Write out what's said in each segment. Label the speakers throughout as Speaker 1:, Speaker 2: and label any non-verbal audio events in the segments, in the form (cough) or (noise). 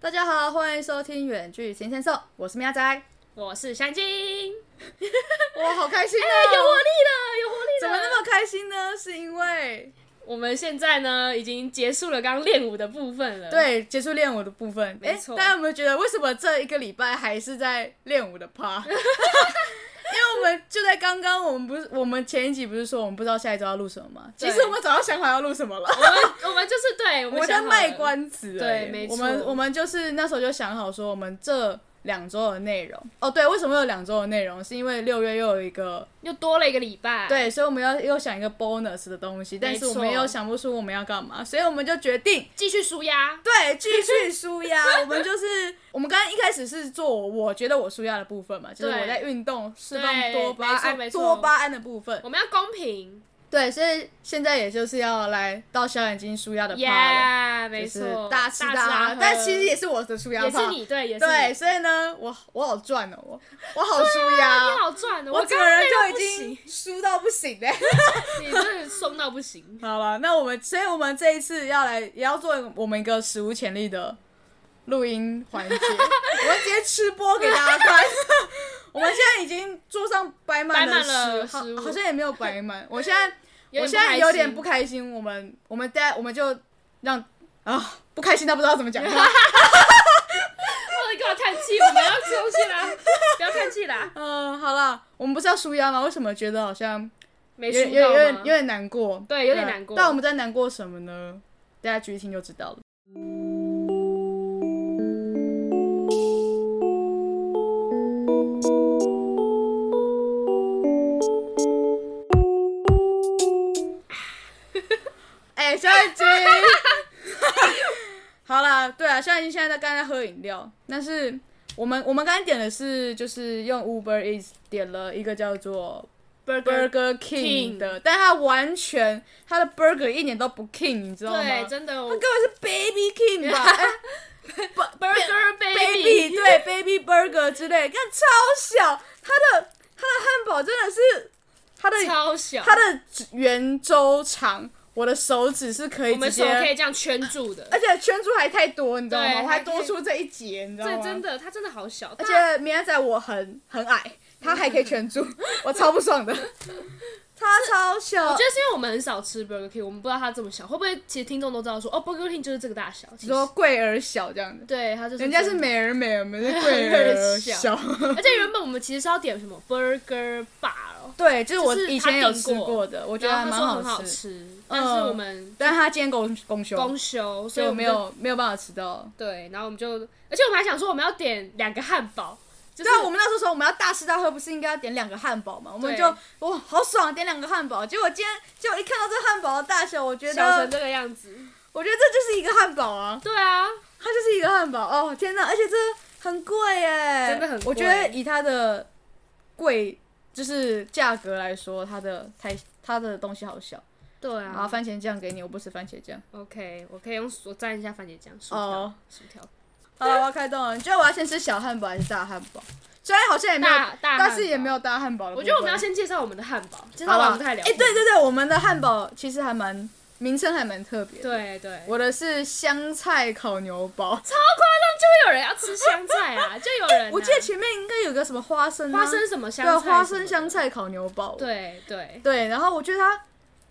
Speaker 1: 大家好，欢迎收听《远距情先送》，我是喵仔，
Speaker 2: 我是香精，
Speaker 1: 哎哇，好开心啊！
Speaker 2: 有活力了，有活力了！
Speaker 1: 怎么那么开心呢？是因为
Speaker 2: 我们现在呢已经结束了刚刚练舞的部分了。，
Speaker 1: 对结束练舞的部分，
Speaker 2: 没
Speaker 1: 诶
Speaker 2: 错
Speaker 1: 大家有没有觉得为什么这一个礼拜还是在练舞的 (laughs) 趴？因为我们就在刚刚，我们不是我们前一集不是说我们不知道下一周要录什么吗？
Speaker 2: 对
Speaker 1: 其实我们早就想好要录什么了。
Speaker 2: 我们我们就是对，
Speaker 1: 我
Speaker 2: 我们
Speaker 1: 们在
Speaker 2: 想好
Speaker 1: 卖
Speaker 2: 了，
Speaker 1: 关子而已，
Speaker 2: 对没
Speaker 1: 我们
Speaker 2: 错
Speaker 1: 我们就是那时候就想好说，我们这两周的内容，哦，对，为什么有两周的内容？是因为六月又有一个，
Speaker 2: 又多了一个礼拜。，
Speaker 1: 对，所以我们要又想一个 bonus 的东西，但是我们
Speaker 2: 没错
Speaker 1: 又想不出我们要干嘛，所以我们就决定。
Speaker 2: 继续舒压。
Speaker 1: 对，继
Speaker 2: (laughs)
Speaker 1: 续舒压。我们就是我们刚刚一开始是做我觉得我舒压的部分嘛，就是
Speaker 2: 对
Speaker 1: 我在运动释放
Speaker 2: 对
Speaker 1: 多巴胺
Speaker 2: 没错没错
Speaker 1: 多巴胺的部分。
Speaker 2: 我们要公平，
Speaker 1: 对，所以现在也就是要来到小眼睛舒压的趴
Speaker 2: 耶
Speaker 1: 了。
Speaker 2: 没
Speaker 1: 就是
Speaker 2: 错，
Speaker 1: 大吃
Speaker 2: 吃
Speaker 1: 大
Speaker 2: 喝
Speaker 1: 喝，但其实也是我的舒压
Speaker 2: 也
Speaker 1: 炮
Speaker 2: 是。你对，也是
Speaker 1: 对，
Speaker 2: 你，
Speaker 1: 所以呢，我我好赚哦，我我好舒压
Speaker 2: 你
Speaker 1: 哦，
Speaker 2: 好赚哦！
Speaker 1: 我整
Speaker 2: 刚
Speaker 1: 个
Speaker 2: 刚
Speaker 1: 人
Speaker 2: 累到
Speaker 1: 就
Speaker 2: 不
Speaker 1: 已
Speaker 2: 行，
Speaker 1: 经输到不行嘞。
Speaker 2: 你真的松到不行。
Speaker 1: 好了，那我们，所以我们这一次要来，也要做我们一个史无前例的录音环节，我直接吃播给大家看。我们现在已经桌上摆满
Speaker 2: 摆满了
Speaker 1: 食
Speaker 2: 食
Speaker 1: 物，
Speaker 2: 物
Speaker 1: 好好像也没有摆满。我现在 (laughs)
Speaker 2: 有点
Speaker 1: 我
Speaker 2: 不
Speaker 1: 现在
Speaker 2: 开
Speaker 1: 有点
Speaker 2: 心
Speaker 1: 不开心，我们我们大家我们就让啊不开心到不知道怎么讲话。
Speaker 2: 不哦能给我叹气，我们要吃东
Speaker 1: (laughs)
Speaker 2: 西啦！不要叹气啦，
Speaker 1: 嗯，好了，我们不是要舒压吗？为什么觉得好像
Speaker 2: 没
Speaker 1: 有
Speaker 2: 输
Speaker 1: 点有点有
Speaker 2: 到
Speaker 1: 点有
Speaker 2: 吗？
Speaker 1: 点难过？
Speaker 2: 对有点难过
Speaker 1: 啊但我们在难过什么呢？大家继续听就知道了。 (laughs) 哎、小眼睛， (laughs) 好啦，对啊，小眼睛现在在刚才在喝饮料，但是我们我们刚才点的是就是用 Uber Eats 点了一个叫做 Burger King 的，但它完全它的 burger 一点都不 king，你知道吗？
Speaker 2: 对，
Speaker 1: 它
Speaker 2: 真的
Speaker 1: 根本是 Baby King
Speaker 2: (laughs)
Speaker 1: 吧？哎
Speaker 2: ，Burger
Speaker 1: baby 对 baby burger 之类，看超小，它的它的汉堡真的是它的
Speaker 2: 超小，
Speaker 1: 它的圆周长，我的手指是可以
Speaker 2: 我们
Speaker 1: 直
Speaker 2: 手可以
Speaker 1: 接，
Speaker 2: 这样圈住的，
Speaker 1: 而且圈出还太多，你知道吗？
Speaker 2: 对
Speaker 1: 我还多出这一节，你知道
Speaker 2: 这
Speaker 1: 吗？
Speaker 2: 真的，它真的好小，
Speaker 1: 而
Speaker 2: 而
Speaker 1: 且明仔我很很矮，他还可以圈
Speaker 2: (laughs)
Speaker 1: 住，我超不爽的。他超小，
Speaker 2: 我觉得是因为我们很少吃 Burger King，我们不知道它这么小，会不会其实听众都知道说哦，Burger King 就是这个大小，其
Speaker 1: 你
Speaker 2: 实
Speaker 1: 说贵而小这样子，
Speaker 2: 对，它就是
Speaker 1: 人家是
Speaker 2: 这么
Speaker 1: 美而美，我们是贵而
Speaker 2: (laughs)
Speaker 1: 小。
Speaker 2: 而且原本我们其实是要点什么 Burger Bar 哦，
Speaker 1: 对，就是我
Speaker 2: 就是他
Speaker 1: 以前有
Speaker 2: 订
Speaker 1: 吃
Speaker 2: 过
Speaker 1: 过的，我
Speaker 2: 我
Speaker 1: 觉得还蛮
Speaker 2: 说很好
Speaker 1: 吃。嗯
Speaker 2: 吃，但是我们
Speaker 1: 但是他今天公公休，
Speaker 2: 公休，
Speaker 1: 所
Speaker 2: 所以
Speaker 1: 以
Speaker 2: 我
Speaker 1: 我
Speaker 2: 们
Speaker 1: 没
Speaker 2: 就
Speaker 1: 有没有办法迟到。
Speaker 2: 对，然后我们就，而且我们还想说我们要点两个汉堡，就是
Speaker 1: 对啊，我们那时候说我们要大吃大喝，不是应该要点两个汉堡吗？我们
Speaker 2: 对
Speaker 1: 就哇好爽，点两个汉堡。结果今天结果一看到这汉堡的大小，我觉
Speaker 2: 小成
Speaker 1: 得
Speaker 2: 这个样子。
Speaker 1: 我觉得这就是一个汉堡啊，
Speaker 2: 对啊，
Speaker 1: 它就是一个汉堡哦，天哪！而且这很贵耶，
Speaker 2: 真的很贵
Speaker 1: 我觉得以它的贵就是价格来说，它的太它的东西好小。
Speaker 2: 对
Speaker 1: 然后
Speaker 2: 啊。
Speaker 1: 番茄酱给你，我不吃番茄酱。
Speaker 2: OK，我可以用我蘸一下番茄酱，薯条
Speaker 1: 哦，，
Speaker 2: 薯条，
Speaker 1: 好了，我要开动了。你觉得我要先吃小汉堡还是大汉堡？虽然好像也没有，
Speaker 2: 大大汉堡，
Speaker 1: 但是也没有大汉堡的部
Speaker 2: 我
Speaker 1: 分。
Speaker 2: 觉得我们要先介绍我们的汉堡，介绍
Speaker 1: 好
Speaker 2: 完
Speaker 1: 啦
Speaker 2: 我们再聊
Speaker 1: 哎、
Speaker 2: 天。
Speaker 1: 对对对，我们的汉堡其实还蛮名称还蛮特别的。
Speaker 2: 对对，
Speaker 1: 我的是香菜烤牛堡，
Speaker 2: 超夸张，就会有人要吃香菜啊，就有人啊、
Speaker 1: 我记得前面应该有个什么花生、啊，
Speaker 2: 花生什么香
Speaker 1: 对
Speaker 2: 菜
Speaker 1: 啊
Speaker 2: 什么的，
Speaker 1: 花生香菜烤牛堡，
Speaker 2: 对，对
Speaker 1: 对，然后我觉得它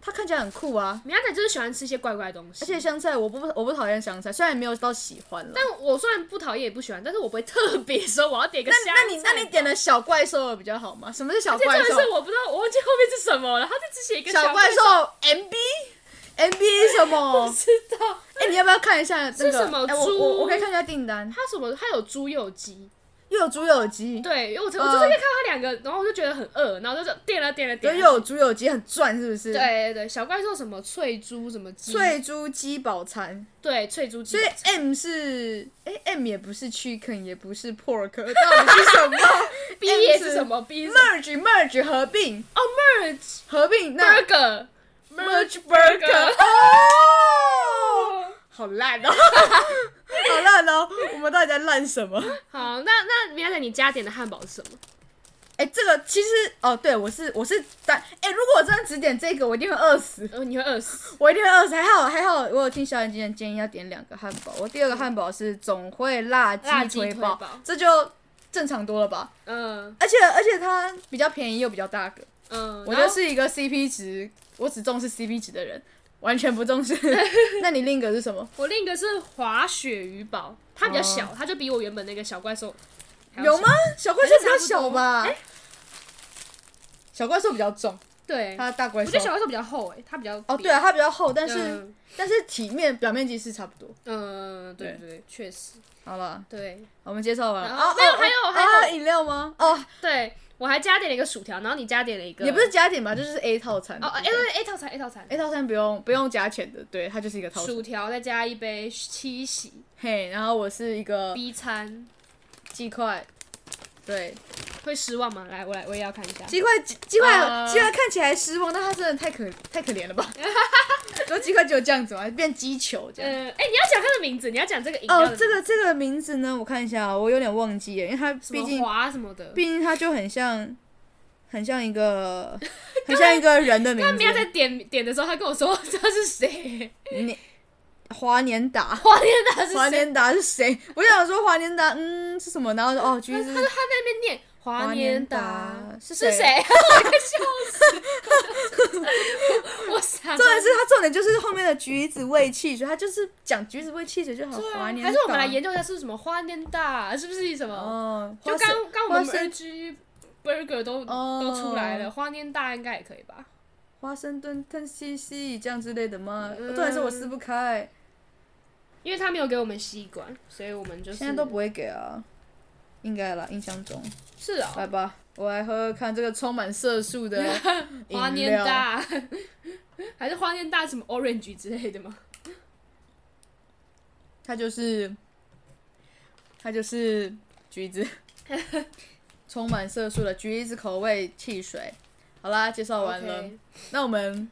Speaker 1: 它看起来很酷啊，
Speaker 2: 米亚仔就是喜欢吃一些怪怪的东西，
Speaker 1: 而且香菜我不我不讨厌香菜，虽然没有到喜欢了。
Speaker 2: 但我虽然不讨厌也不喜欢，但是我不会特别说我要点个
Speaker 1: 那
Speaker 2: 香菜
Speaker 1: 那你那你点的小怪兽的比较好吗？什么是小
Speaker 2: 而且
Speaker 1: 怪
Speaker 2: 真
Speaker 1: 兽
Speaker 2: 的？是我不知道，我忘记后面是什么了，他就只写一个
Speaker 1: 小怪
Speaker 2: 怪兽，
Speaker 1: 兽 MB MB 什
Speaker 2: 不 (laughs)
Speaker 1: 么？
Speaker 2: 知道
Speaker 1: 哎、你要不要看一下这个？
Speaker 2: 是什么
Speaker 1: 哎我
Speaker 2: 猪
Speaker 1: 我我可以看一下订单，
Speaker 2: 他什么，他有猪又有鸡，
Speaker 1: 又有猪又有鸡，
Speaker 2: 对，因为我就
Speaker 1: 嗯
Speaker 2: 我就是因为看到他两个，然后我就觉得很饿，然后就点了点了点
Speaker 1: 对，
Speaker 2: 了，
Speaker 1: 又有猪又有鸡，很赚是不是？
Speaker 2: 对，对对，小怪兽什么脆猪什么鸡，
Speaker 1: 脆猪鸡饱餐，
Speaker 2: 对脆猪鸡
Speaker 1: 所以，M 是哎、M 也不是 chicken 也不是 pork，到底是什么
Speaker 2: (laughs) B
Speaker 1: M
Speaker 2: 也
Speaker 1: 是
Speaker 2: 是什么 B 是什么
Speaker 1: ？merge merge 合并
Speaker 2: 哦 merge
Speaker 1: 合并那
Speaker 2: burger
Speaker 1: merge burger 哦，好烂哦，好烂哦，我们到底在烂什么？
Speaker 2: 好，那那米娅仔你加点的汉堡是什么？
Speaker 1: 哎、这个其实哦，对我是我是但哎、如果我真的只点这个，我一定会饿死，
Speaker 2: 呃，你会饿
Speaker 1: (laughs)
Speaker 2: 死。
Speaker 1: 我一定会饿死。还好还好，我有听小眼睛的建议要点两个汉堡，我第二个汉堡是总会辣鸡
Speaker 2: 辣鸡
Speaker 1: 腿
Speaker 2: 腿
Speaker 1: 堡
Speaker 2: 堡，
Speaker 1: 这就正常多了吧？
Speaker 2: 嗯
Speaker 1: 而且而且它比较便宜又比较大个，
Speaker 2: 嗯，
Speaker 1: 我
Speaker 2: 然
Speaker 1: 就
Speaker 2: 后
Speaker 1: 是一个 CP 值，我只重视 CP 值的人，完全不重 (laughs) 视。那你另一个是什么？
Speaker 2: 我另一个是滑雪鱼堡，它比较小，它就比我原本那个小怪兽还要
Speaker 1: 哦有吗
Speaker 2: 小？？
Speaker 1: 小怪兽比较小吧？
Speaker 2: 哎
Speaker 1: 小怪兽比较重，
Speaker 2: 对，
Speaker 1: 它大怪
Speaker 2: 哎我觉
Speaker 1: 兽
Speaker 2: 得。小怪兽比较厚诶、它比较
Speaker 1: 哦，对啊，它比较厚，但
Speaker 2: 扁，
Speaker 1: 是、但是体面表面积是差不多。
Speaker 2: 嗯嗯，对
Speaker 1: 对
Speaker 2: 对对，确实
Speaker 1: 好了，
Speaker 2: 对
Speaker 1: 我们介绍完了。
Speaker 2: 然后
Speaker 1: 哦
Speaker 2: 没有
Speaker 1: 哦
Speaker 2: 还有
Speaker 1: 哦
Speaker 2: 还有
Speaker 1: 啊饮料吗？哦，
Speaker 2: 对。我还加点了一个薯条，然后你加点了一个，
Speaker 1: 也不是加点吧，就是 A 套餐。
Speaker 2: 哦，哎、对 A 套餐 A 套餐，
Speaker 1: A 套餐不用不用加钱的，对，它就是一个哎套餐。
Speaker 2: 薯条再加一杯七喜
Speaker 1: 嘿，然后我是一个
Speaker 2: B 餐，
Speaker 1: 鸡块，对，
Speaker 2: 会失望吗？来，我来我也要看一下。
Speaker 1: 鸡块鸡鸡块
Speaker 2: 啊
Speaker 1: 鸡块看起来失望，但它真的太可太可怜了
Speaker 2: (laughs)
Speaker 1: 吧？然后鸡块只有这样子嘛，变鸡球这样。
Speaker 2: 呃，哎、你要讲它的名字，你要讲这个饮料的
Speaker 1: 哦，
Speaker 2: 名字
Speaker 1: 这个这个名字呢，我看一下啊，我有点忘记了，因为它
Speaker 2: 什
Speaker 1: 毕
Speaker 2: 么
Speaker 1: 竟
Speaker 2: 华什么的，
Speaker 1: 毕竟它就很像，很像一
Speaker 2: (laughs)
Speaker 1: 个很像一个人的名
Speaker 2: 啊他明天在
Speaker 1: 字，
Speaker 2: 点点的时候，他跟我说他是谁，
Speaker 1: 年华年达。
Speaker 2: 华天达是
Speaker 1: 华
Speaker 2: 谁？
Speaker 1: 年达是谁？我想说华年达，嗯，是什么？然后说哦，居
Speaker 2: 他
Speaker 1: 然
Speaker 2: 他
Speaker 1: 是
Speaker 2: 他在那边念华年达
Speaker 1: 华年达是谁啊
Speaker 2: 是谁？啊 (laughs) 我快笑死了！我 (laughs) 傻
Speaker 1: 重点是它重点就是后面的橘子味汽水，它就是讲橘子味汽水就好。
Speaker 2: 对啊
Speaker 1: 华年达
Speaker 2: 还是我们来研究一下是什么花年大，是不是什么？
Speaker 1: 哦，
Speaker 2: 就
Speaker 1: 花生
Speaker 2: 刚刚我
Speaker 1: 花
Speaker 2: 们
Speaker 1: 生
Speaker 2: NG burger 都
Speaker 1: 哦
Speaker 2: 都出来了，花年大应该也可以吧？
Speaker 1: 花生炖吞西西这样之类的吗？
Speaker 2: 嗯
Speaker 1: 重点是我撕不开，
Speaker 2: 因为他没有给我们吸管，所以我们就是
Speaker 1: 现在都不会给啊，应该啦，印象中。
Speaker 2: 是哦。
Speaker 1: 来吧，我来喝喝看这个充满色素
Speaker 2: (laughs)
Speaker 1: 的
Speaker 2: 花
Speaker 1: 饮
Speaker 2: 年
Speaker 1: 料。
Speaker 2: 大， (laughs) 还是花年大什么 orange 之类的 (laughs) 吗？
Speaker 1: 它就是，它就是橘
Speaker 2: (laughs)
Speaker 1: 子，充满色素的橘子口味汽水。好啦，介绍完了
Speaker 2: OK
Speaker 1: 那我们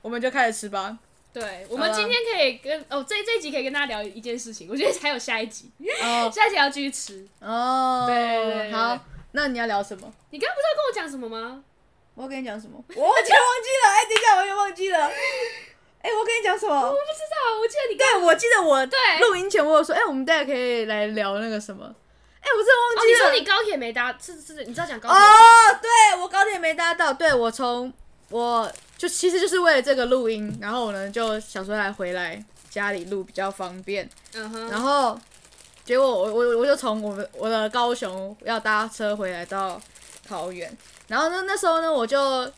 Speaker 1: 我们就开始吃吧。
Speaker 2: 对，我们
Speaker 1: 好啦
Speaker 2: 今天可以跟哦，这这一集可以跟大家聊一件事情，我觉得还有下一集，
Speaker 1: 哦
Speaker 2: 下一集要继续吃。
Speaker 1: 哦，
Speaker 2: 对对对对
Speaker 1: 好，那你要聊什么？
Speaker 2: 你刚刚不是要跟我讲什么吗？
Speaker 1: 我要跟你讲什
Speaker 2: (laughs)
Speaker 1: 么？我忘记了，忘记了。哎、等一下，我又忘记了。哎、我跟你讲什么？
Speaker 2: 我不知道，我记得你刚
Speaker 1: 对，我记得我
Speaker 2: 对
Speaker 1: 录音前我有说，哎、我们大家可以来聊那个什么。哎、我
Speaker 2: 哦，你
Speaker 1: 真的
Speaker 2: 说
Speaker 1: 忘记
Speaker 2: 你
Speaker 1: 了。
Speaker 2: 高铁没搭，是是，你知道讲高
Speaker 1: 哦
Speaker 2: 铁，
Speaker 1: 对，我高铁没搭到，对我从我就其实就是为了这个录音，然后我呢就想说来回来家里录比较方便，
Speaker 2: 嗯哼，
Speaker 1: 然后结果我我我就从我们我的高雄要搭车回来到桃园，然后呢那时候呢我就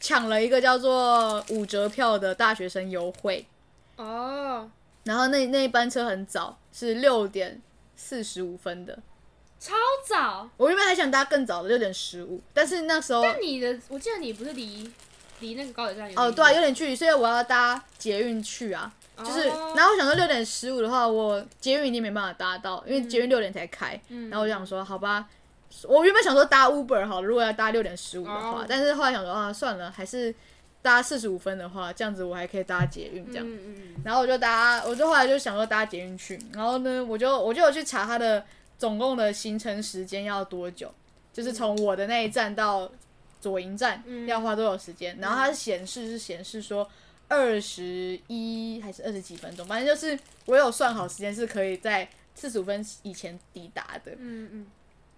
Speaker 1: 抢了一个叫做五折票的大学生优惠，
Speaker 2: 哦，
Speaker 1: 然后那那一班车很早，是六点四十五分的。
Speaker 2: 超早。
Speaker 1: 我原本还想搭更早的六点十五，但是那时候
Speaker 2: 但你的，我记得你不是离离那个高铁站有
Speaker 1: 哦
Speaker 2: 点
Speaker 1: 对、啊，
Speaker 2: 远
Speaker 1: 有点距离，所以我要搭捷运去啊。就是，
Speaker 2: 哦
Speaker 1: 然后我想说六点十五的话，我捷运已经没办法搭到，因为捷运六点才开。
Speaker 2: 嗯
Speaker 1: 然后我就想说，好吧，我原本想说搭 Uber 好了，如果要搭六点十五的话，
Speaker 2: 哦
Speaker 1: 但是后来想说啊，算了，还是搭四十五分的话，这样子我还可以搭捷运这样。
Speaker 2: 嗯嗯
Speaker 1: 然后我就搭，我就后来就想说搭捷运去，然后呢，我就我就有去查它的总共的行程时间要多久，就是从我的那一站到左营站
Speaker 2: 嗯
Speaker 1: 要花多少时间，然后它显示是显示说二十一还是二十几分钟，反正就是我有算好时间是可以在四十五分以前抵达的，
Speaker 2: 嗯嗯，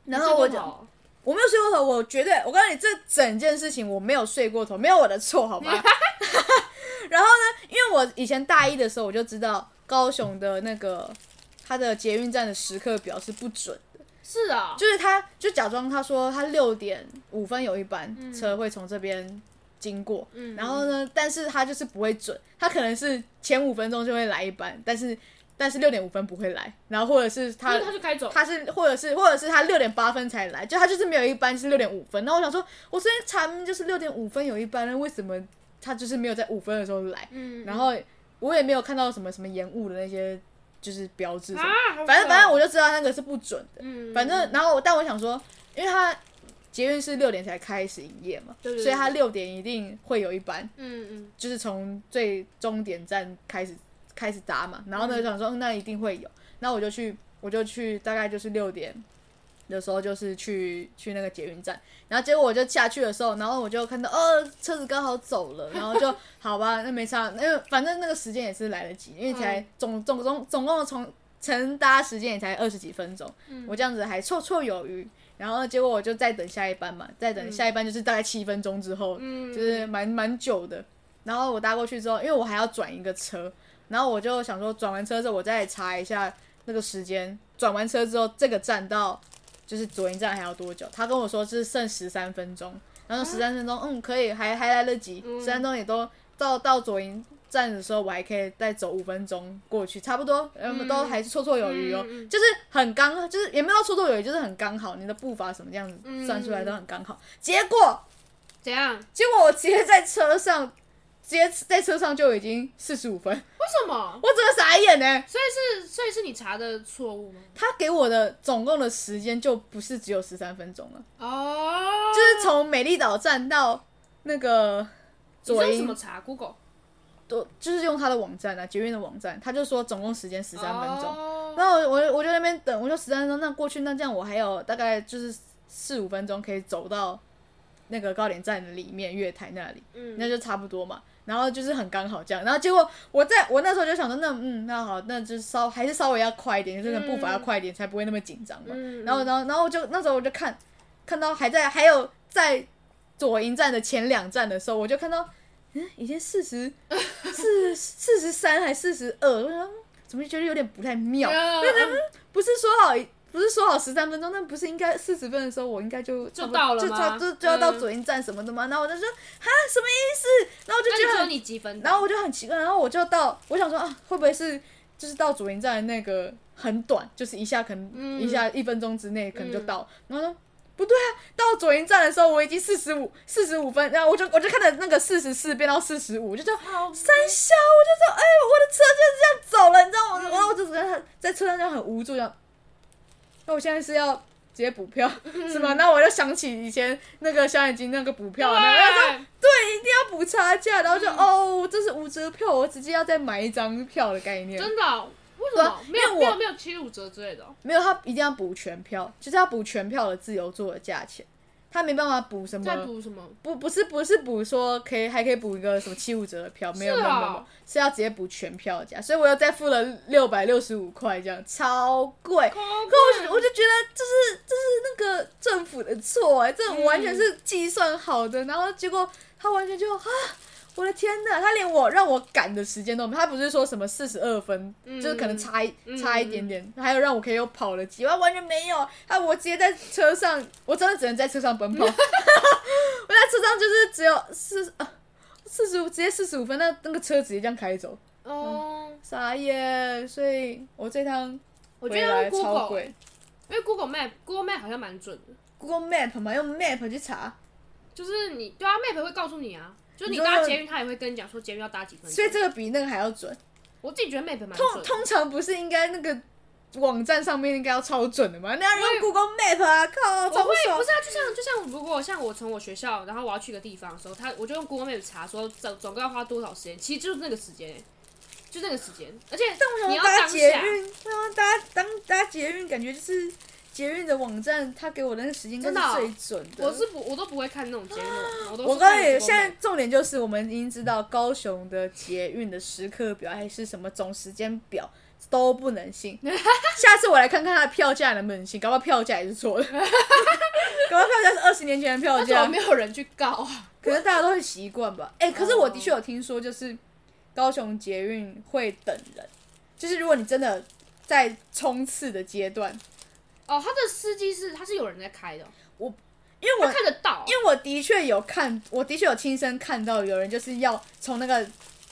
Speaker 1: 然后我
Speaker 2: 你
Speaker 1: 就
Speaker 2: 睡过头
Speaker 1: 我没有睡过头，我绝对，我告诉你，这整件事情我没有睡过头，没有我的错，好吧？ (laughs) 然后呢，因为我以前大一的时候我就知道高雄的那个它的捷运站的时刻表是不准，
Speaker 2: 是啊，
Speaker 1: 就是他就假装他说他六点五分有一班车会从这边经过，
Speaker 2: 嗯
Speaker 1: 然后呢，但是他就是不会准，他可能是前五分钟就会来一班，但是但是六点五分不会来，然后或者是他
Speaker 2: 他他就开走，
Speaker 1: 他是或者是或者是他六点八分才来，就他就是没有一班是六点五分。然后我想说，我昨天查明明就是六点五分有一班，那为什么他就是没有在五分的时候来？
Speaker 2: 嗯，
Speaker 1: 然后我也没有看到什么什么延误的那些就是标志什么，
Speaker 2: 啊，好
Speaker 1: 反正
Speaker 2: 早
Speaker 1: 反正我就知道那个是不准的。
Speaker 2: 嗯，
Speaker 1: 反正然后我但我想说，因为他捷运是六点才开始营业嘛，
Speaker 2: 对对对
Speaker 1: 所以他六点一定会有一班，
Speaker 2: 嗯嗯
Speaker 1: 就是从最终点站开始开始搭嘛，然后呢
Speaker 2: 嗯
Speaker 1: 想说、嗯那一定会有，那我就去我就去大概就是六点的时候，就是去去那个捷运站，然后结果我就下去的时候，然后我就看到哦，车子刚好走了，然后就好吧，那没差，那反正那个时间也是来得及，因为才总总总总共从乘搭时间也才二十几分钟，我这样子还绰绰有余。然后结果我就再等下一班嘛，再等下一班就是大概七分钟之后，就是蛮蛮久的。然后我搭过去之后，因为我还要转一个车，然后我就想说转完车之后我再查一下那个时间，转完车之后这个站到就是左营站还要多久？他跟我说是剩十三分钟，然后十三分钟，嗯，可以，还还来得及，
Speaker 2: 嗯
Speaker 1: 十三分钟也都到到左营站的时候，我还可以再走五分钟过去，差不多，我们都还是绰绰有余哦，
Speaker 2: 嗯
Speaker 1: 就是很刚，就是也没有到绰绰有余，就是很刚好，你的步伐什么这样子
Speaker 2: 嗯
Speaker 1: 算出来都很刚好。结果，
Speaker 2: 怎样？为
Speaker 1: 结果我直接在车上，直接在车上就已经四十五分，
Speaker 2: 什么？
Speaker 1: 我整个傻眼呢、
Speaker 2: 所以是，所以是你查的错误吗？
Speaker 1: 他给我的总共的时间就不是只有十三分钟了。
Speaker 2: 哦，
Speaker 1: 就是从美丽岛站到那个
Speaker 2: 你
Speaker 1: 左
Speaker 2: 用什么
Speaker 1: 营，
Speaker 2: 查？Google
Speaker 1: 都就是用他的网站啊，捷运的网站，他就说总共时间十
Speaker 2: 十
Speaker 1: 三分钟。
Speaker 2: 钟，
Speaker 1: 然后我我就在那边等，我就十三分钟，那过去那这样我还有大概就是四五分钟可以走到那个高点站里面月台那里，
Speaker 2: 嗯
Speaker 1: 那就差不多嘛。然后就是很刚好这样，然后结果我在我那时候就想说，那嗯那好，那就是稍还是稍微要快一点，就是步伐要快一点，才不会那么紧张嘛。
Speaker 2: 嗯
Speaker 1: 然后，然后，然后我就那时候我就看，看到还在还有在左营站的前两站的时候，我就看到，嗯，已经四十四四十三还四十二，我想嗯怎么就觉得有点不太妙？
Speaker 2: 嗯
Speaker 1: 不是说好不是说好十三分钟，那不是应该四十分的时候我应该就
Speaker 2: 就
Speaker 1: 差不多
Speaker 2: 到了
Speaker 1: 就
Speaker 2: 吗
Speaker 1: 差就就要到
Speaker 2: 嗯
Speaker 1: 左营站什么的吗？然后我就说哈什么意思？然后我就
Speaker 2: 那
Speaker 1: 觉
Speaker 2: 你
Speaker 1: 得
Speaker 2: 说
Speaker 1: 很
Speaker 2: 你几分钟？
Speaker 1: 然后我就很奇怪，然后我就到，我想说啊，会不会是就是到左营站的那个很短，就是一下可能、
Speaker 2: 嗯
Speaker 1: 一下一分钟之内可能就到，然后说不对啊，到左营站的时候我已经四十五四十五分，然后我就我就看着那个四十四变到四十五，就这样
Speaker 2: 好
Speaker 1: 三下，我就说哎，我的车就是这样走了，你知道
Speaker 2: 嗯
Speaker 1: 吗？然后我就在在车上就很无助，这样，那我现在是要。直接补票、
Speaker 2: 嗯
Speaker 1: 是吗？那我就想起以前那个小眼睛那个补票，那个
Speaker 2: 对，
Speaker 1: 对，一定要补差价，然后就、哦，这是五折票，我直接要再买一张票的概念。
Speaker 2: 真的哦？为什么
Speaker 1: 对啊
Speaker 2: 没
Speaker 1: 因
Speaker 2: 有
Speaker 1: 为
Speaker 2: 没
Speaker 1: 我
Speaker 2: 有没有七五折之类的哦？
Speaker 1: 没有，他一定要补全票，就是要补全票的自由座的价钱，他没办法补什
Speaker 2: 在
Speaker 1: 么。
Speaker 2: 补什么？
Speaker 1: 不不是不是补说可以还可以补一个什么七五折的票，没有、
Speaker 2: 是
Speaker 1: 没有
Speaker 2: 啊
Speaker 1: 没有没有，是要直接补全票的价，所以我又再付了六百六十五块，这样超贵。可我就我就觉得这是这是那个政府的错哎、这
Speaker 2: 嗯
Speaker 1: 完全是计算好的，然后结果他完全就啊，我的天呐，他连我让我赶的时间都没有，他不是说什么四十二分，
Speaker 2: 嗯
Speaker 1: 就是可能差一
Speaker 2: 嗯
Speaker 1: 差一点点，还有让我可以有跑了几万，完全没有，啊，我直接在车上，我真的只能在车上奔
Speaker 2: (laughs)
Speaker 1: 跑，我在车上就是只有四啊四十五，直接四十五分，那那个车直接这样开走，
Speaker 2: 哦，
Speaker 1: 傻眼，所以我这趟
Speaker 2: 我觉
Speaker 1: 回
Speaker 2: 得
Speaker 1: 来
Speaker 2: 用
Speaker 1: 超
Speaker 2: Google，
Speaker 1: 贵。
Speaker 2: 因为 Google Map Google Map 好像蛮准的，
Speaker 1: Google Map 嘛，用 Map 去查，
Speaker 2: 就是你对啊，Map 会告诉你啊，就是
Speaker 1: 你
Speaker 2: 你
Speaker 1: 说
Speaker 2: 搭
Speaker 1: 要
Speaker 2: 捷运，它也会跟你讲说捷运要搭几分
Speaker 1: 所以
Speaker 2: 钟。
Speaker 1: 这个比那个还要准。
Speaker 2: 我自己觉得 Map 蛮
Speaker 1: 通
Speaker 2: 准的，
Speaker 1: 通常不是应该那个网站上面应该要超准的吗？那
Speaker 2: 我
Speaker 1: 要
Speaker 2: 也
Speaker 1: 用 Google Map 啊，靠，
Speaker 2: 我
Speaker 1: 超
Speaker 2: 会
Speaker 1: 爽
Speaker 2: 不。是啊，就像就像如果像我从我学校，然后我要去一个地方的时候，他我就用 Google Map 查说总总共要花多少时间，其实就是那个时间、就那个时间，而且
Speaker 1: 但我想
Speaker 2: 你要
Speaker 1: 说
Speaker 2: 当
Speaker 1: 搭捷
Speaker 2: 下，
Speaker 1: 运，然后搭当搭捷运，感觉就是捷运的网站，它给我的那个时间应该
Speaker 2: 真的
Speaker 1: 是
Speaker 2: 哦
Speaker 1: 最准的。啊
Speaker 2: 我是不我都不会看那种节目，我都
Speaker 1: 我
Speaker 2: 是
Speaker 1: 告诉
Speaker 2: 看 Google
Speaker 1: 你，
Speaker 2: Map
Speaker 1: 现在重点就是我们已经知道高雄的捷运的时刻表还是什么总时间表都不能
Speaker 2: (laughs)
Speaker 1: 信。下次我来看看它的票价能不能信，搞不好票价也是错
Speaker 2: (laughs)
Speaker 1: 的，搞不好票价是二十年前的票
Speaker 2: 为什么
Speaker 1: 价
Speaker 2: 没，有人去告啊？
Speaker 1: 可能大家都会习惯吧。哎、可是我的
Speaker 2: 嗯
Speaker 1: 确有听说，就是高雄捷运会等人，就是如果你真的在冲刺的阶段，
Speaker 2: 哦，他的司机是他是有人在开的哦，
Speaker 1: 因为我
Speaker 2: 他看得到哦，
Speaker 1: 因为我的确有看，我的确有亲身看到有人就是要从那个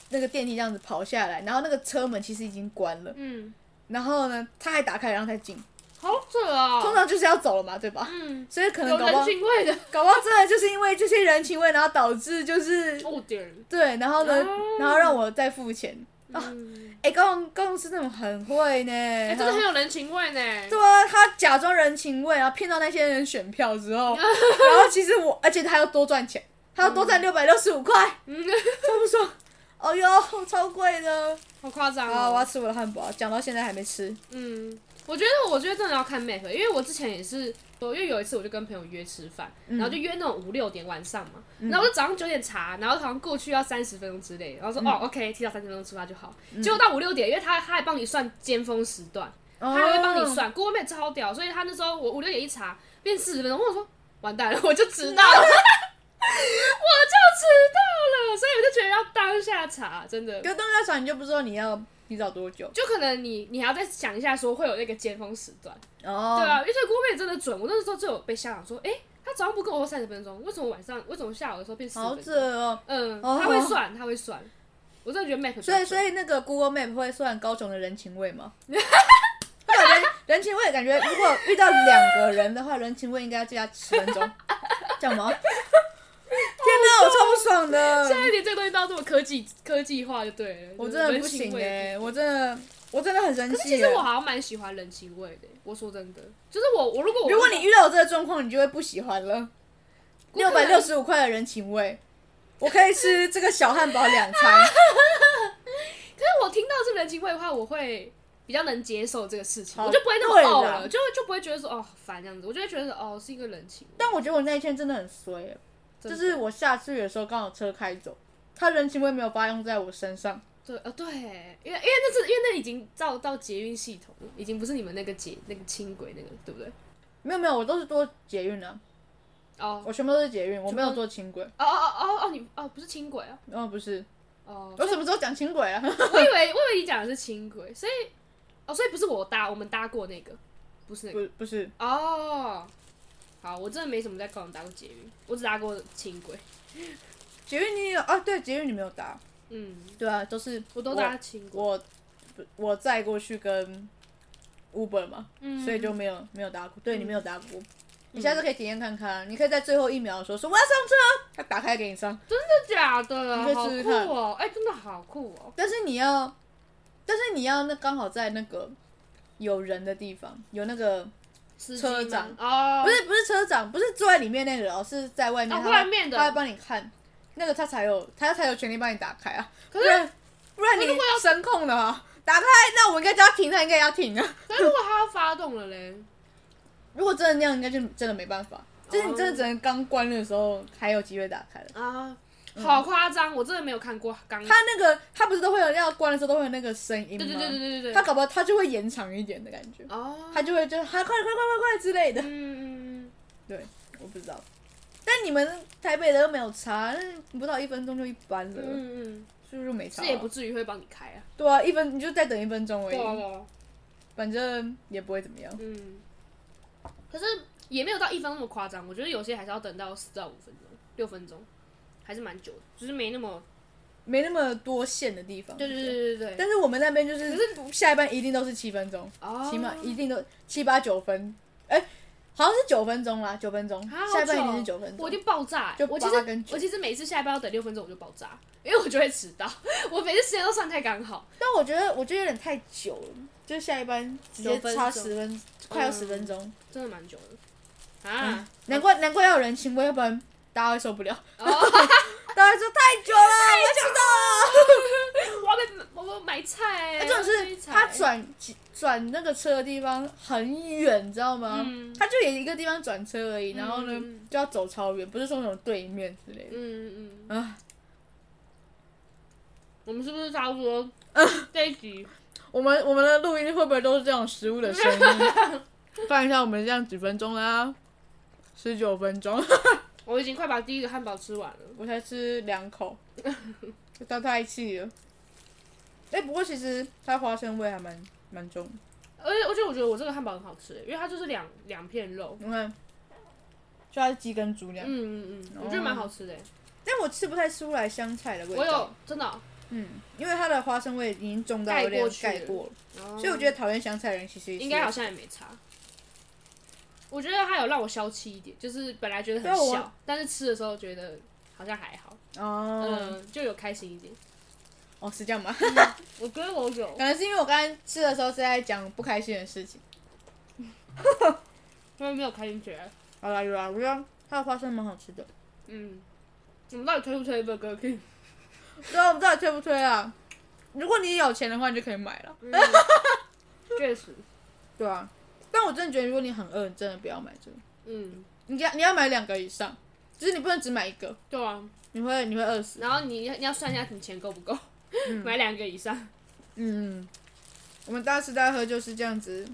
Speaker 1: 那个电梯这样子跑下来，然后那个车门其实已经关了，
Speaker 2: 嗯，
Speaker 1: 然后呢他还打开然后才进，
Speaker 2: 好准啊、
Speaker 1: 通常就是要走了嘛，对吧？
Speaker 2: 嗯，
Speaker 1: 所以可能
Speaker 2: 有
Speaker 1: 搞不
Speaker 2: 人
Speaker 1: 好
Speaker 2: 情味的，
Speaker 1: 搞不好真的就是因为这些人情味，然后导致就是
Speaker 2: 哦点，
Speaker 1: 对，然后呢
Speaker 2: 哦，
Speaker 1: 然后让我再付钱。
Speaker 2: 嗯，
Speaker 1: 哎、高雄高雄是那种很会呢，他
Speaker 2: 哎、真的很有人情味呢，
Speaker 1: 对啊，他假装人情味，然后骗到那些人选票之
Speaker 2: (laughs)
Speaker 1: 后，然后其实我，而且他要多赚钱，他要多赚六百六十五块，
Speaker 2: 嗯 (laughs)
Speaker 1: 超不爽。哦哟，超贵的！
Speaker 2: 好夸张
Speaker 1: 啊，我要
Speaker 2: 哦。
Speaker 1: 吃我的汉堡，讲到现在还没吃。
Speaker 2: 嗯，我觉得我觉得真的要看 map，因为我之前也是，因为有一次我就跟朋友约吃饭，
Speaker 1: 嗯
Speaker 2: 然后就约那种五六点晚上嘛，然后我就早上九点查，然后好像过去要三十分钟之类，然后说、
Speaker 1: 嗯
Speaker 2: 哦 OK，提早三十分钟出发就好。结果到五六点，因为他他还帮你算尖峰时段，
Speaker 1: 他
Speaker 2: 他还会帮
Speaker 1: 哦
Speaker 2: 你。算，锅妹超屌，所以他那时候我五六点一查变四十分钟，我想说完蛋了， (laughs) 我就
Speaker 1: (laughs)
Speaker 2: 迟到了，我就迟到了，所以我就觉得要当下查，真的
Speaker 1: 可。是当家船你就不知道你要提早多久。
Speaker 2: 就可能你你还要再想一下，说会有那个尖峰时段，
Speaker 1: 哦，
Speaker 2: 对啊，因为这个锅妹真的准，我那时候就有被吓到，说，诶，他早上不跟我说三十分钟，为什么晚上，为什么下午的时候变四十
Speaker 1: 好
Speaker 2: 分钟？
Speaker 1: 准哦。
Speaker 2: 嗯，
Speaker 1: 哦
Speaker 2: 他会算，他会算，我真的觉得 map，
Speaker 1: 所以，所
Speaker 2: 以
Speaker 1: 以那个 Google Map 会算高雄的人情味吗？ (laughs) 会有人人情味，感觉如果遇到两个人的话，人情味应该要加十分钟，这样吗？天哪，我超不爽的，
Speaker 2: 现在连这个东西都要这么科技科技化就对了，
Speaker 1: 我
Speaker 2: 就是
Speaker 1: 真的
Speaker 2: 人
Speaker 1: 不
Speaker 2: 情
Speaker 1: 行
Speaker 2: 味
Speaker 1: 哎、我真的，我真的很生
Speaker 2: 可是其
Speaker 1: 气欸
Speaker 2: 实
Speaker 1: 耶。
Speaker 2: 我好像蛮喜欢人情味的，欸我说真的，就是我我如果我
Speaker 1: 如果你遇到我这个状况，你就会不喜欢了。
Speaker 2: 我
Speaker 1: 六
Speaker 2: 可
Speaker 1: 百
Speaker 2: 能
Speaker 1: 六十五块的人情味，我可以吃这个小汉堡两餐。
Speaker 2: 可是我听到这人情味的话，我会比较能接受这个事情，
Speaker 1: 好
Speaker 2: 我就不会那么
Speaker 1: 对啦
Speaker 2: 哦了，就就不会觉得说哦烦这样子，我就会觉得哦是一个人情味，
Speaker 1: 但我觉得我那一天真的很衰耶、
Speaker 2: 真
Speaker 1: 就
Speaker 2: 的
Speaker 1: 是我下去的时候刚好车开走，他人情味没有发用在我身上。
Speaker 2: 对呃对，因为因为那是因为那已经到到捷运系统了，已经不是你们那个捷那个轻轨那个对不对？
Speaker 1: 没有没有，我都是坐捷运啊，
Speaker 2: 哦
Speaker 1: 我全部都是捷运，我没有
Speaker 2: 全部
Speaker 1: 坐轻轨。
Speaker 2: 哦哦哦哦你哦不是轻轨啊
Speaker 1: 哦，不是，
Speaker 2: 哦，
Speaker 1: 我什么时候讲轻轨啊？
Speaker 2: 我以为我以为你讲的是轻轨，所以哦所以不是我搭我们搭过那个，不是那个。
Speaker 1: (laughs) 不不是，
Speaker 2: 哦，好，我真的没什么在高雄搭过捷运，我只搭过轻轨。
Speaker 1: 捷运你有啊？对，捷运你没有搭。
Speaker 2: 嗯，
Speaker 1: 对啊，都是
Speaker 2: 我都搭轻轨。
Speaker 1: 我不我载过去跟 Uber 嘛，
Speaker 2: 嗯，
Speaker 1: 所以就没有没有搭过。对你没有搭过。你下次可以体验看看，你可以在最后一秒的时候说我要上车，他打开给你上，
Speaker 2: 真的假
Speaker 1: 你可
Speaker 2: 的？
Speaker 1: 以
Speaker 2: 好
Speaker 1: 试试
Speaker 2: 酷
Speaker 1: 看
Speaker 2: 哦！哎、真的好酷哦！
Speaker 1: 但是你要，但是你要那刚好在那个有人的地方，有那个
Speaker 2: 哦司机
Speaker 1: 车
Speaker 2: 吗
Speaker 1: 长
Speaker 2: 哦，
Speaker 1: 不是不是车长，不是坐在里面那个人哦，是在外面，
Speaker 2: 哦
Speaker 1: 他
Speaker 2: 外面的
Speaker 1: 他会帮你看，那个他才有他才有权利帮你打开啊，
Speaker 2: 可是
Speaker 1: 不然不然你声控的啊，打开，那我应该叫他停，他应该也要停啊。
Speaker 2: 可是如果他要发动了嘞，
Speaker 1: 如果真的那样，应该就真的没办法，就是你真
Speaker 2: 哦
Speaker 1: 的只能刚关的时候还有机会打开了。
Speaker 2: 啊，好夸张！我真的没有看过刚。
Speaker 1: 嗯他那个他不是都会有要关的时候都会有那个声音吗？
Speaker 2: 对对对对对对
Speaker 1: 他
Speaker 2: 对。
Speaker 1: 搞不好他就会延长一点的感觉，
Speaker 2: 哦。
Speaker 1: 他就会就是他快快快快快之类的。 (laughs)
Speaker 2: 嗯嗯嗯。
Speaker 1: 对，我不知道。但你们台北的又没有差，那不到一分钟就一班了，
Speaker 2: 嗯嗯，
Speaker 1: 是不是就没差、
Speaker 2: 这也不至于会帮你开啊。
Speaker 1: 对啊，一分你就再等一分钟而
Speaker 2: 对啊，
Speaker 1: 已，
Speaker 2: 对啊
Speaker 1: 反正也不会怎么样。
Speaker 2: 嗯。
Speaker 1: 啊
Speaker 2: 可是也没有到一分钟那么夸张，我觉得有些还是要等到四到五分钟、六分钟，还是蛮久的，就是没那
Speaker 1: 哦
Speaker 2: 么
Speaker 1: 没那么多线的地方。
Speaker 2: 对对对对对，
Speaker 1: 但是我们那边就是，不下一班一定都是七分钟，
Speaker 2: 哦
Speaker 1: 起码一定都七八九分，哎、好像是九分钟啦，九分钟，
Speaker 2: 啊
Speaker 1: 下一班一
Speaker 2: 好久
Speaker 1: 定是九分钟
Speaker 2: 我已。经爆炸欸、
Speaker 1: 就
Speaker 2: 我其
Speaker 1: 八跟
Speaker 2: 实
Speaker 1: 九
Speaker 2: 我其实每次下一班要等六分钟我就爆炸，因为我就会迟到，我每次时间都算太刚好，
Speaker 1: 但我觉得，我觉得有点太久了，就是下一班直接
Speaker 2: 九分
Speaker 1: 差
Speaker 2: 钟
Speaker 1: 十分，快要十
Speaker 2: 嗯
Speaker 1: 分钟。
Speaker 2: 真的蛮久的啊。
Speaker 1: 难怪难怪要有人情味，要不然大家会受不了。(laughs) 大
Speaker 2: 哦
Speaker 1: 家说太久了，我
Speaker 2: 我要被我要买菜、欸，
Speaker 1: 要知道。就
Speaker 2: 我要
Speaker 1: 哎是
Speaker 2: 买菜
Speaker 1: 他转转那个车的地方很远，你知道吗？
Speaker 2: 嗯
Speaker 1: 他就也一个地方转车而已，然后呢、
Speaker 2: 嗯
Speaker 1: 就要走超远，不是说那种对面之类的。
Speaker 2: 嗯嗯嗯，
Speaker 1: 啊，
Speaker 2: 我们是不是差不多？
Speaker 1: 啊
Speaker 2: 这一集
Speaker 1: 我们我们的录音会不会都是这种食物的声
Speaker 2: (laughs)
Speaker 1: 音？看一下我们这样几分钟啦，十九分钟，
Speaker 2: 我已经快把第一个汉堡吃完了。
Speaker 1: 我才吃两口，就到太气了。哎、不过其实它花生味还蛮蛮重的。
Speaker 2: 而且而且我觉得我这个汉堡很好吃欸，因为它就是两两片肉，
Speaker 1: 你看，就它是鸡跟猪那样，
Speaker 2: 嗯嗯嗯，我觉得蛮好吃的欸。
Speaker 1: 但我吃不太出来香菜的味道。
Speaker 2: 我有真的哦，
Speaker 1: 嗯，因为它的花生味已经重到有
Speaker 2: 盖
Speaker 1: 点
Speaker 2: 过去
Speaker 1: 盖
Speaker 2: 了
Speaker 1: 过了，
Speaker 2: 哦
Speaker 1: 所以我觉得讨厌香菜的人其实也是
Speaker 2: 应该好像也没差。我觉得它有让我消气一点，就是本来觉得很
Speaker 1: 对我
Speaker 2: 小，但是吃的时候觉得好像还好，
Speaker 1: 哦、
Speaker 2: 嗯，就有开心一点。
Speaker 1: 哦是这样吗？
Speaker 2: 我觉得我有
Speaker 1: 可，能是因为我刚才吃的时候是在讲不开心的事情。
Speaker 2: 因为没有开心起来。
Speaker 1: 好啦有啦，我觉得它的花生蛮好吃的。 (laughs)
Speaker 2: 嗯，我们到底推不推 Burger King？
Speaker 1: 对啊，我不知道推不推啊。如果你有钱的话，你就可以买 (laughs) 了。
Speaker 2: 嗯确实，
Speaker 1: 对啊，但我真的觉得，如果你很饿，你真的不要买这个。
Speaker 2: 嗯，
Speaker 1: 你要你要买两个以上，就是你不能只买一个，
Speaker 2: 对啊。
Speaker 1: 你会你会饿死。
Speaker 2: 然后你你要算一下你钱够不够， (laughs) 买两个以上。
Speaker 1: 嗯，我们大吃大喝就是这样子，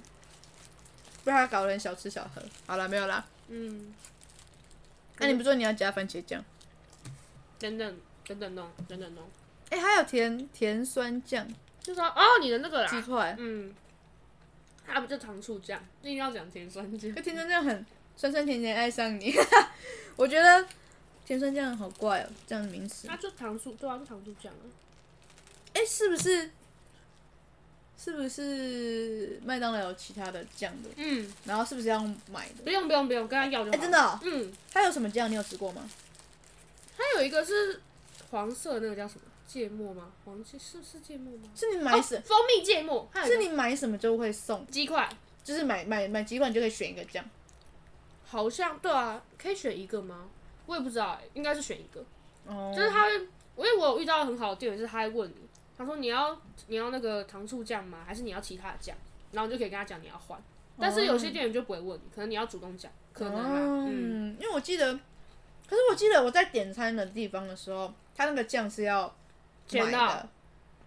Speaker 1: 被他搞得很小吃小喝。好了，没有啦。
Speaker 2: 嗯，
Speaker 1: 那、你不说你要加番茄酱？
Speaker 2: 等等等等弄，等等弄，
Speaker 1: 哎、还有甜甜酸酱
Speaker 2: 就说哦，你的那个
Speaker 1: 寄
Speaker 2: 啦，
Speaker 1: 出来，
Speaker 2: 嗯，啊它不就糖醋酱，一定要讲甜酸酱
Speaker 1: 可。甜酸酱很酸酸甜甜爱上你， (laughs) 我觉得甜酸酱好怪哦，这样的名词。
Speaker 2: 它就糖醋，对啊，就糖醋酱啊。
Speaker 1: 哎、是不是？是不是麦当劳有其他的酱的？
Speaker 2: 嗯，
Speaker 1: 然后是不是要买的？
Speaker 2: 不用不用不用，跟他要就
Speaker 1: 哎、
Speaker 2: 好。
Speaker 1: 真的、。哦，
Speaker 2: 嗯，
Speaker 1: 它有什么酱？你有吃过吗？
Speaker 2: 它有一个是黄色的那个叫什么芥末吗？黄芥是是芥末吗？
Speaker 1: 是你买什、
Speaker 2: 哦蜂蜜芥末，还有
Speaker 1: 是
Speaker 2: 一个
Speaker 1: 你买什么就会送，
Speaker 2: 鸡块，
Speaker 1: 就是买买买几款就可以选一个酱。
Speaker 2: 好像对啊，可以选一个吗？我也不知道、欸，应该是选一个。
Speaker 1: 哦，
Speaker 2: 就是他会，因为我有遇到很好的店员，是他会问你，他说你要你要那个糖醋酱吗？还是你要其他的酱？然后你就可以跟他讲你要换。但是有
Speaker 1: 哦
Speaker 2: 些店员就不会问你，可能你要主动讲，可能啊，嗯，
Speaker 1: 嗯，因为我记得，可是我记得我在点餐的地方的时候，它那个酱是要
Speaker 2: 捡
Speaker 1: 买
Speaker 2: 到
Speaker 1: 的。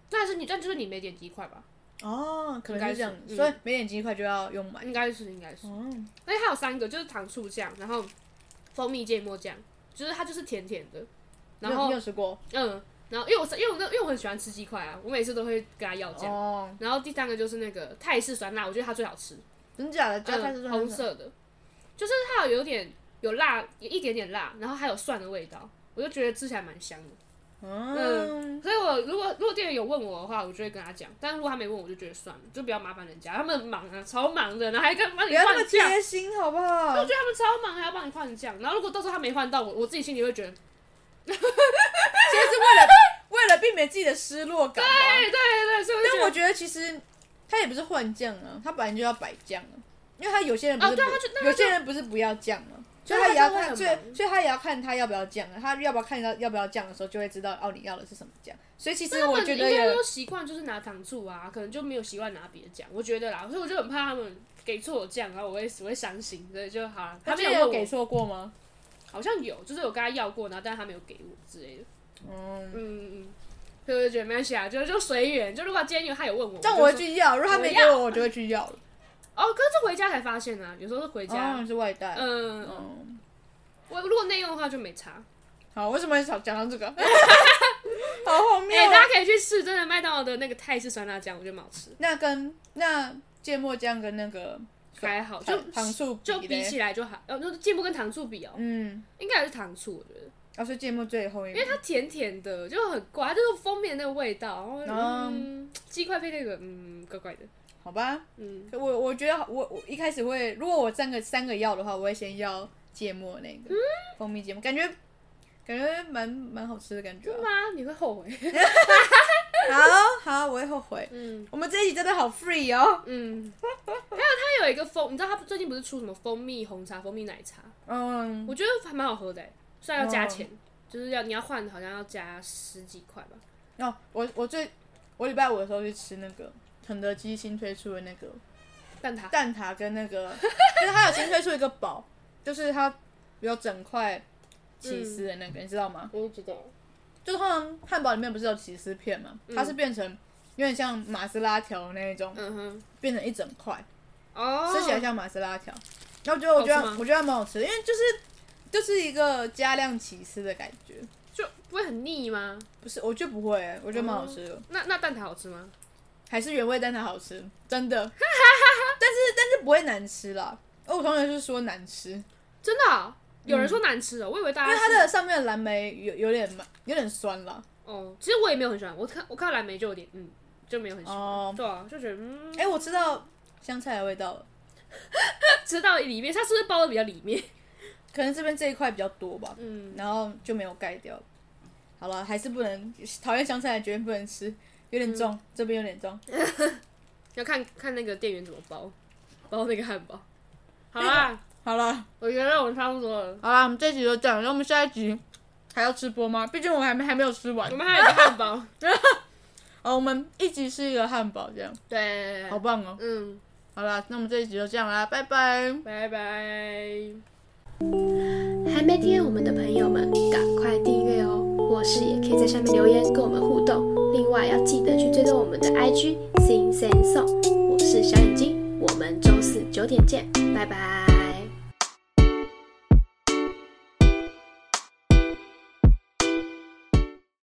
Speaker 2: 但是你但就是你没点鸡块吧？
Speaker 1: 哦，可能是这样
Speaker 2: 应，该是嗯
Speaker 1: 所以每点鸡块就要用买。
Speaker 2: 应该是应该是。
Speaker 1: 哦，
Speaker 2: 而且它有三个，就是糖醋酱，然后蜂蜜芥末酱，就是它就是甜甜的，
Speaker 1: 你有
Speaker 2: 然后
Speaker 1: 你有吃过？
Speaker 2: 嗯，然后因为我是因为我那因为我很喜欢吃鸡块啊，我每次都会跟他要酱。
Speaker 1: 哦，
Speaker 2: 然后第三个就是那个泰式酸辣，我觉得它最好吃。
Speaker 1: 真假的？加
Speaker 2: 嗯
Speaker 1: 泰式酸
Speaker 2: 红
Speaker 1: 菜
Speaker 2: 色的，就是它有有点有辣，有一点点辣，然后还有蒜的味道，我就觉得吃起来蛮香的。
Speaker 1: 嗯，
Speaker 2: 所以我如果如果店员有问我的话，我就会跟他讲；但如果他没问，我就觉得算了，就不要麻烦人家，他们很忙啊，超忙的，然后还跟帮
Speaker 1: 不
Speaker 2: 你
Speaker 1: 要那么
Speaker 2: 换酱，
Speaker 1: 贴心好不好 (laughs)
Speaker 2: 我？觉得他们超忙，还要帮你换酱。然后如果到时候他没换到我，我自己心里会觉得，
Speaker 1: 其实是为了为了避免自己的失落感吧。
Speaker 2: 对对对，所以我就
Speaker 1: 但
Speaker 2: 觉
Speaker 1: 我
Speaker 2: 得
Speaker 1: 觉得其实它也不是换酱啊，它本来就要摆酱啊，因为它有些人不是
Speaker 2: 哦
Speaker 1: 不、
Speaker 2: 对它就那它就
Speaker 1: 有些人不是不要酱啊，所
Speaker 2: 对
Speaker 1: 以他也要
Speaker 2: 它就会
Speaker 1: 看，
Speaker 2: 很
Speaker 1: 所以
Speaker 2: 忙
Speaker 1: 所以他也要看他要不要酱啊，他要不要看到要不要酱的时候，就会知道哦你要的是什么酱。所以其实
Speaker 2: 他
Speaker 1: 我
Speaker 2: 们
Speaker 1: 觉
Speaker 2: 应
Speaker 1: 得
Speaker 2: 该
Speaker 1: 有
Speaker 2: 都习惯就是拿糖醋啊，可能就没有习惯拿别的酱，我觉得啦，所以我就很怕他们给错我酱，然后我会我会伤心，所以就好了。他
Speaker 1: 他
Speaker 2: 们
Speaker 1: 之前
Speaker 2: 问
Speaker 1: 有
Speaker 2: 我
Speaker 1: 给错过吗？
Speaker 2: 好像有，就是有跟他要过，然后但是他没有给我之类的。
Speaker 1: 嗯，
Speaker 2: 嗯嗯嗯，所以我就觉得没关系啊，就就随缘。就如果今天有他有问我，
Speaker 1: 但我
Speaker 2: 我
Speaker 1: 会
Speaker 2: 就说
Speaker 1: 去要，如果他没给
Speaker 2: 我
Speaker 1: 我，我就会去要了。
Speaker 2: 哦，可是回家才发现啊，有时候是回家，
Speaker 1: 哦，是外带。
Speaker 2: 嗯，
Speaker 1: 嗯，
Speaker 2: 我如果内用的话就没差。
Speaker 1: 好，哦为什么想讲到
Speaker 2: (laughs)
Speaker 1: 这个？好啊后
Speaker 2: 哎、
Speaker 1: 面、
Speaker 2: 大家可以去试，真的麦当劳的那个泰式酸辣酱，我觉得蛮好吃，
Speaker 1: 那跟那芥末酱跟那个
Speaker 2: 还好，就
Speaker 1: 糖糖醋
Speaker 2: 就
Speaker 1: 嘞
Speaker 2: 比起来就还，呃，那芥末跟糖醋比哦，
Speaker 1: 嗯。
Speaker 2: 应该还是糖醋，我觉得，
Speaker 1: 哦，是芥末最后一
Speaker 2: 因为
Speaker 1: 名。
Speaker 2: 它甜甜的，就很怪，它就是蜂蜜的那个味道，然后
Speaker 1: 哦
Speaker 2: 嗯，鸡块配那个，嗯，怪怪的，
Speaker 1: 好吧，
Speaker 2: 嗯，
Speaker 1: 我我觉得我我一开始会，如果我三个三个要的话，我会先要芥末那个、蜂蜜芥末，感觉感觉蛮蛮好吃的感觉
Speaker 2: 对
Speaker 1: 啊、
Speaker 2: 吗？嗯你会后悔，
Speaker 1: 好好，我会后悔。
Speaker 2: 嗯。
Speaker 1: 我们这一集真的好 free 哦。
Speaker 2: 嗯，还有它有一个蜂，你知道它最近不是出什么蜂蜜红茶、蜂蜜奶茶？
Speaker 1: 嗯，
Speaker 2: 我觉得还蛮好喝的欸、虽然要加钱，就是要你要换，好像要加十几块吧。
Speaker 1: 哦，我我最我礼拜五的时候去吃那个肯德基新推出的那个
Speaker 2: 蛋挞，
Speaker 1: 蛋挞跟那个，就是它有新推出一个堡，就是它有整块起司的那个，你知道吗？
Speaker 2: 我不知道。
Speaker 1: 就通常汉堡里面不是有起司片嘛，它是变成有点像马斯拉条那一种，
Speaker 2: 嗯哼，
Speaker 1: 变成一整块，
Speaker 2: 哦，
Speaker 1: 吃起来像马斯拉条。然后我觉得我觉
Speaker 2: 好吃
Speaker 1: 得
Speaker 2: 吗
Speaker 1: 我觉得还蛮好吃的，因为就是就是一个加量起司的感觉，
Speaker 2: 就不会很腻吗？
Speaker 1: 不是我觉得不会、我觉得蛮好吃哦的，
Speaker 2: 那那蛋挞好吃吗？
Speaker 1: 还是原味蛋挞好吃，真
Speaker 2: (laughs)
Speaker 1: 的。但是但是不会难吃啦，哦而我同学是说难吃，因
Speaker 2: 真的哦、有人说难吃哦，我以为大
Speaker 1: 嗯
Speaker 2: 家
Speaker 1: 为它
Speaker 2: 是
Speaker 1: 的上面的蓝莓有有点蛮有点酸啦。
Speaker 2: 哦，其实我也没有很喜欢，我看我看到蓝莓就有点嗯，就没有很喜欢。
Speaker 1: 哦
Speaker 2: 对啊，就觉得嗯，
Speaker 1: 哎、我吃到香菜的味道了，
Speaker 2: 吃到里面，它是不是包的比较里面？
Speaker 1: 可能这边这一块比较多吧。
Speaker 2: 嗯，
Speaker 1: 然后就没有盖掉。好了，还是不能讨厌香菜，绝对不能吃，有点重，这边有点重。
Speaker 2: 要看看那个店员怎么包包那个汉堡。好啦。
Speaker 1: 好了， (laughs)
Speaker 2: 我觉得我差不多了。
Speaker 1: 好了，我们这集就这样，然后我们下一集还要吃播吗？毕竟我们还没还没有吃完
Speaker 2: 我。们还有一个汉堡，
Speaker 1: 哦，我们一集是一个汉堡这样，
Speaker 2: 对，
Speaker 1: 好棒哦！
Speaker 2: 嗯，
Speaker 1: 好啦，那我们这一集就这样啦，拜拜。
Speaker 2: 拜拜。
Speaker 3: 还没订阅我们的朋友们，赶快订阅哦！或是也可以在下面留言跟我们互动。另外要记得去追踪我们的 IG Sing Sing Song。我是小眼睛，我们周四九点见，拜拜。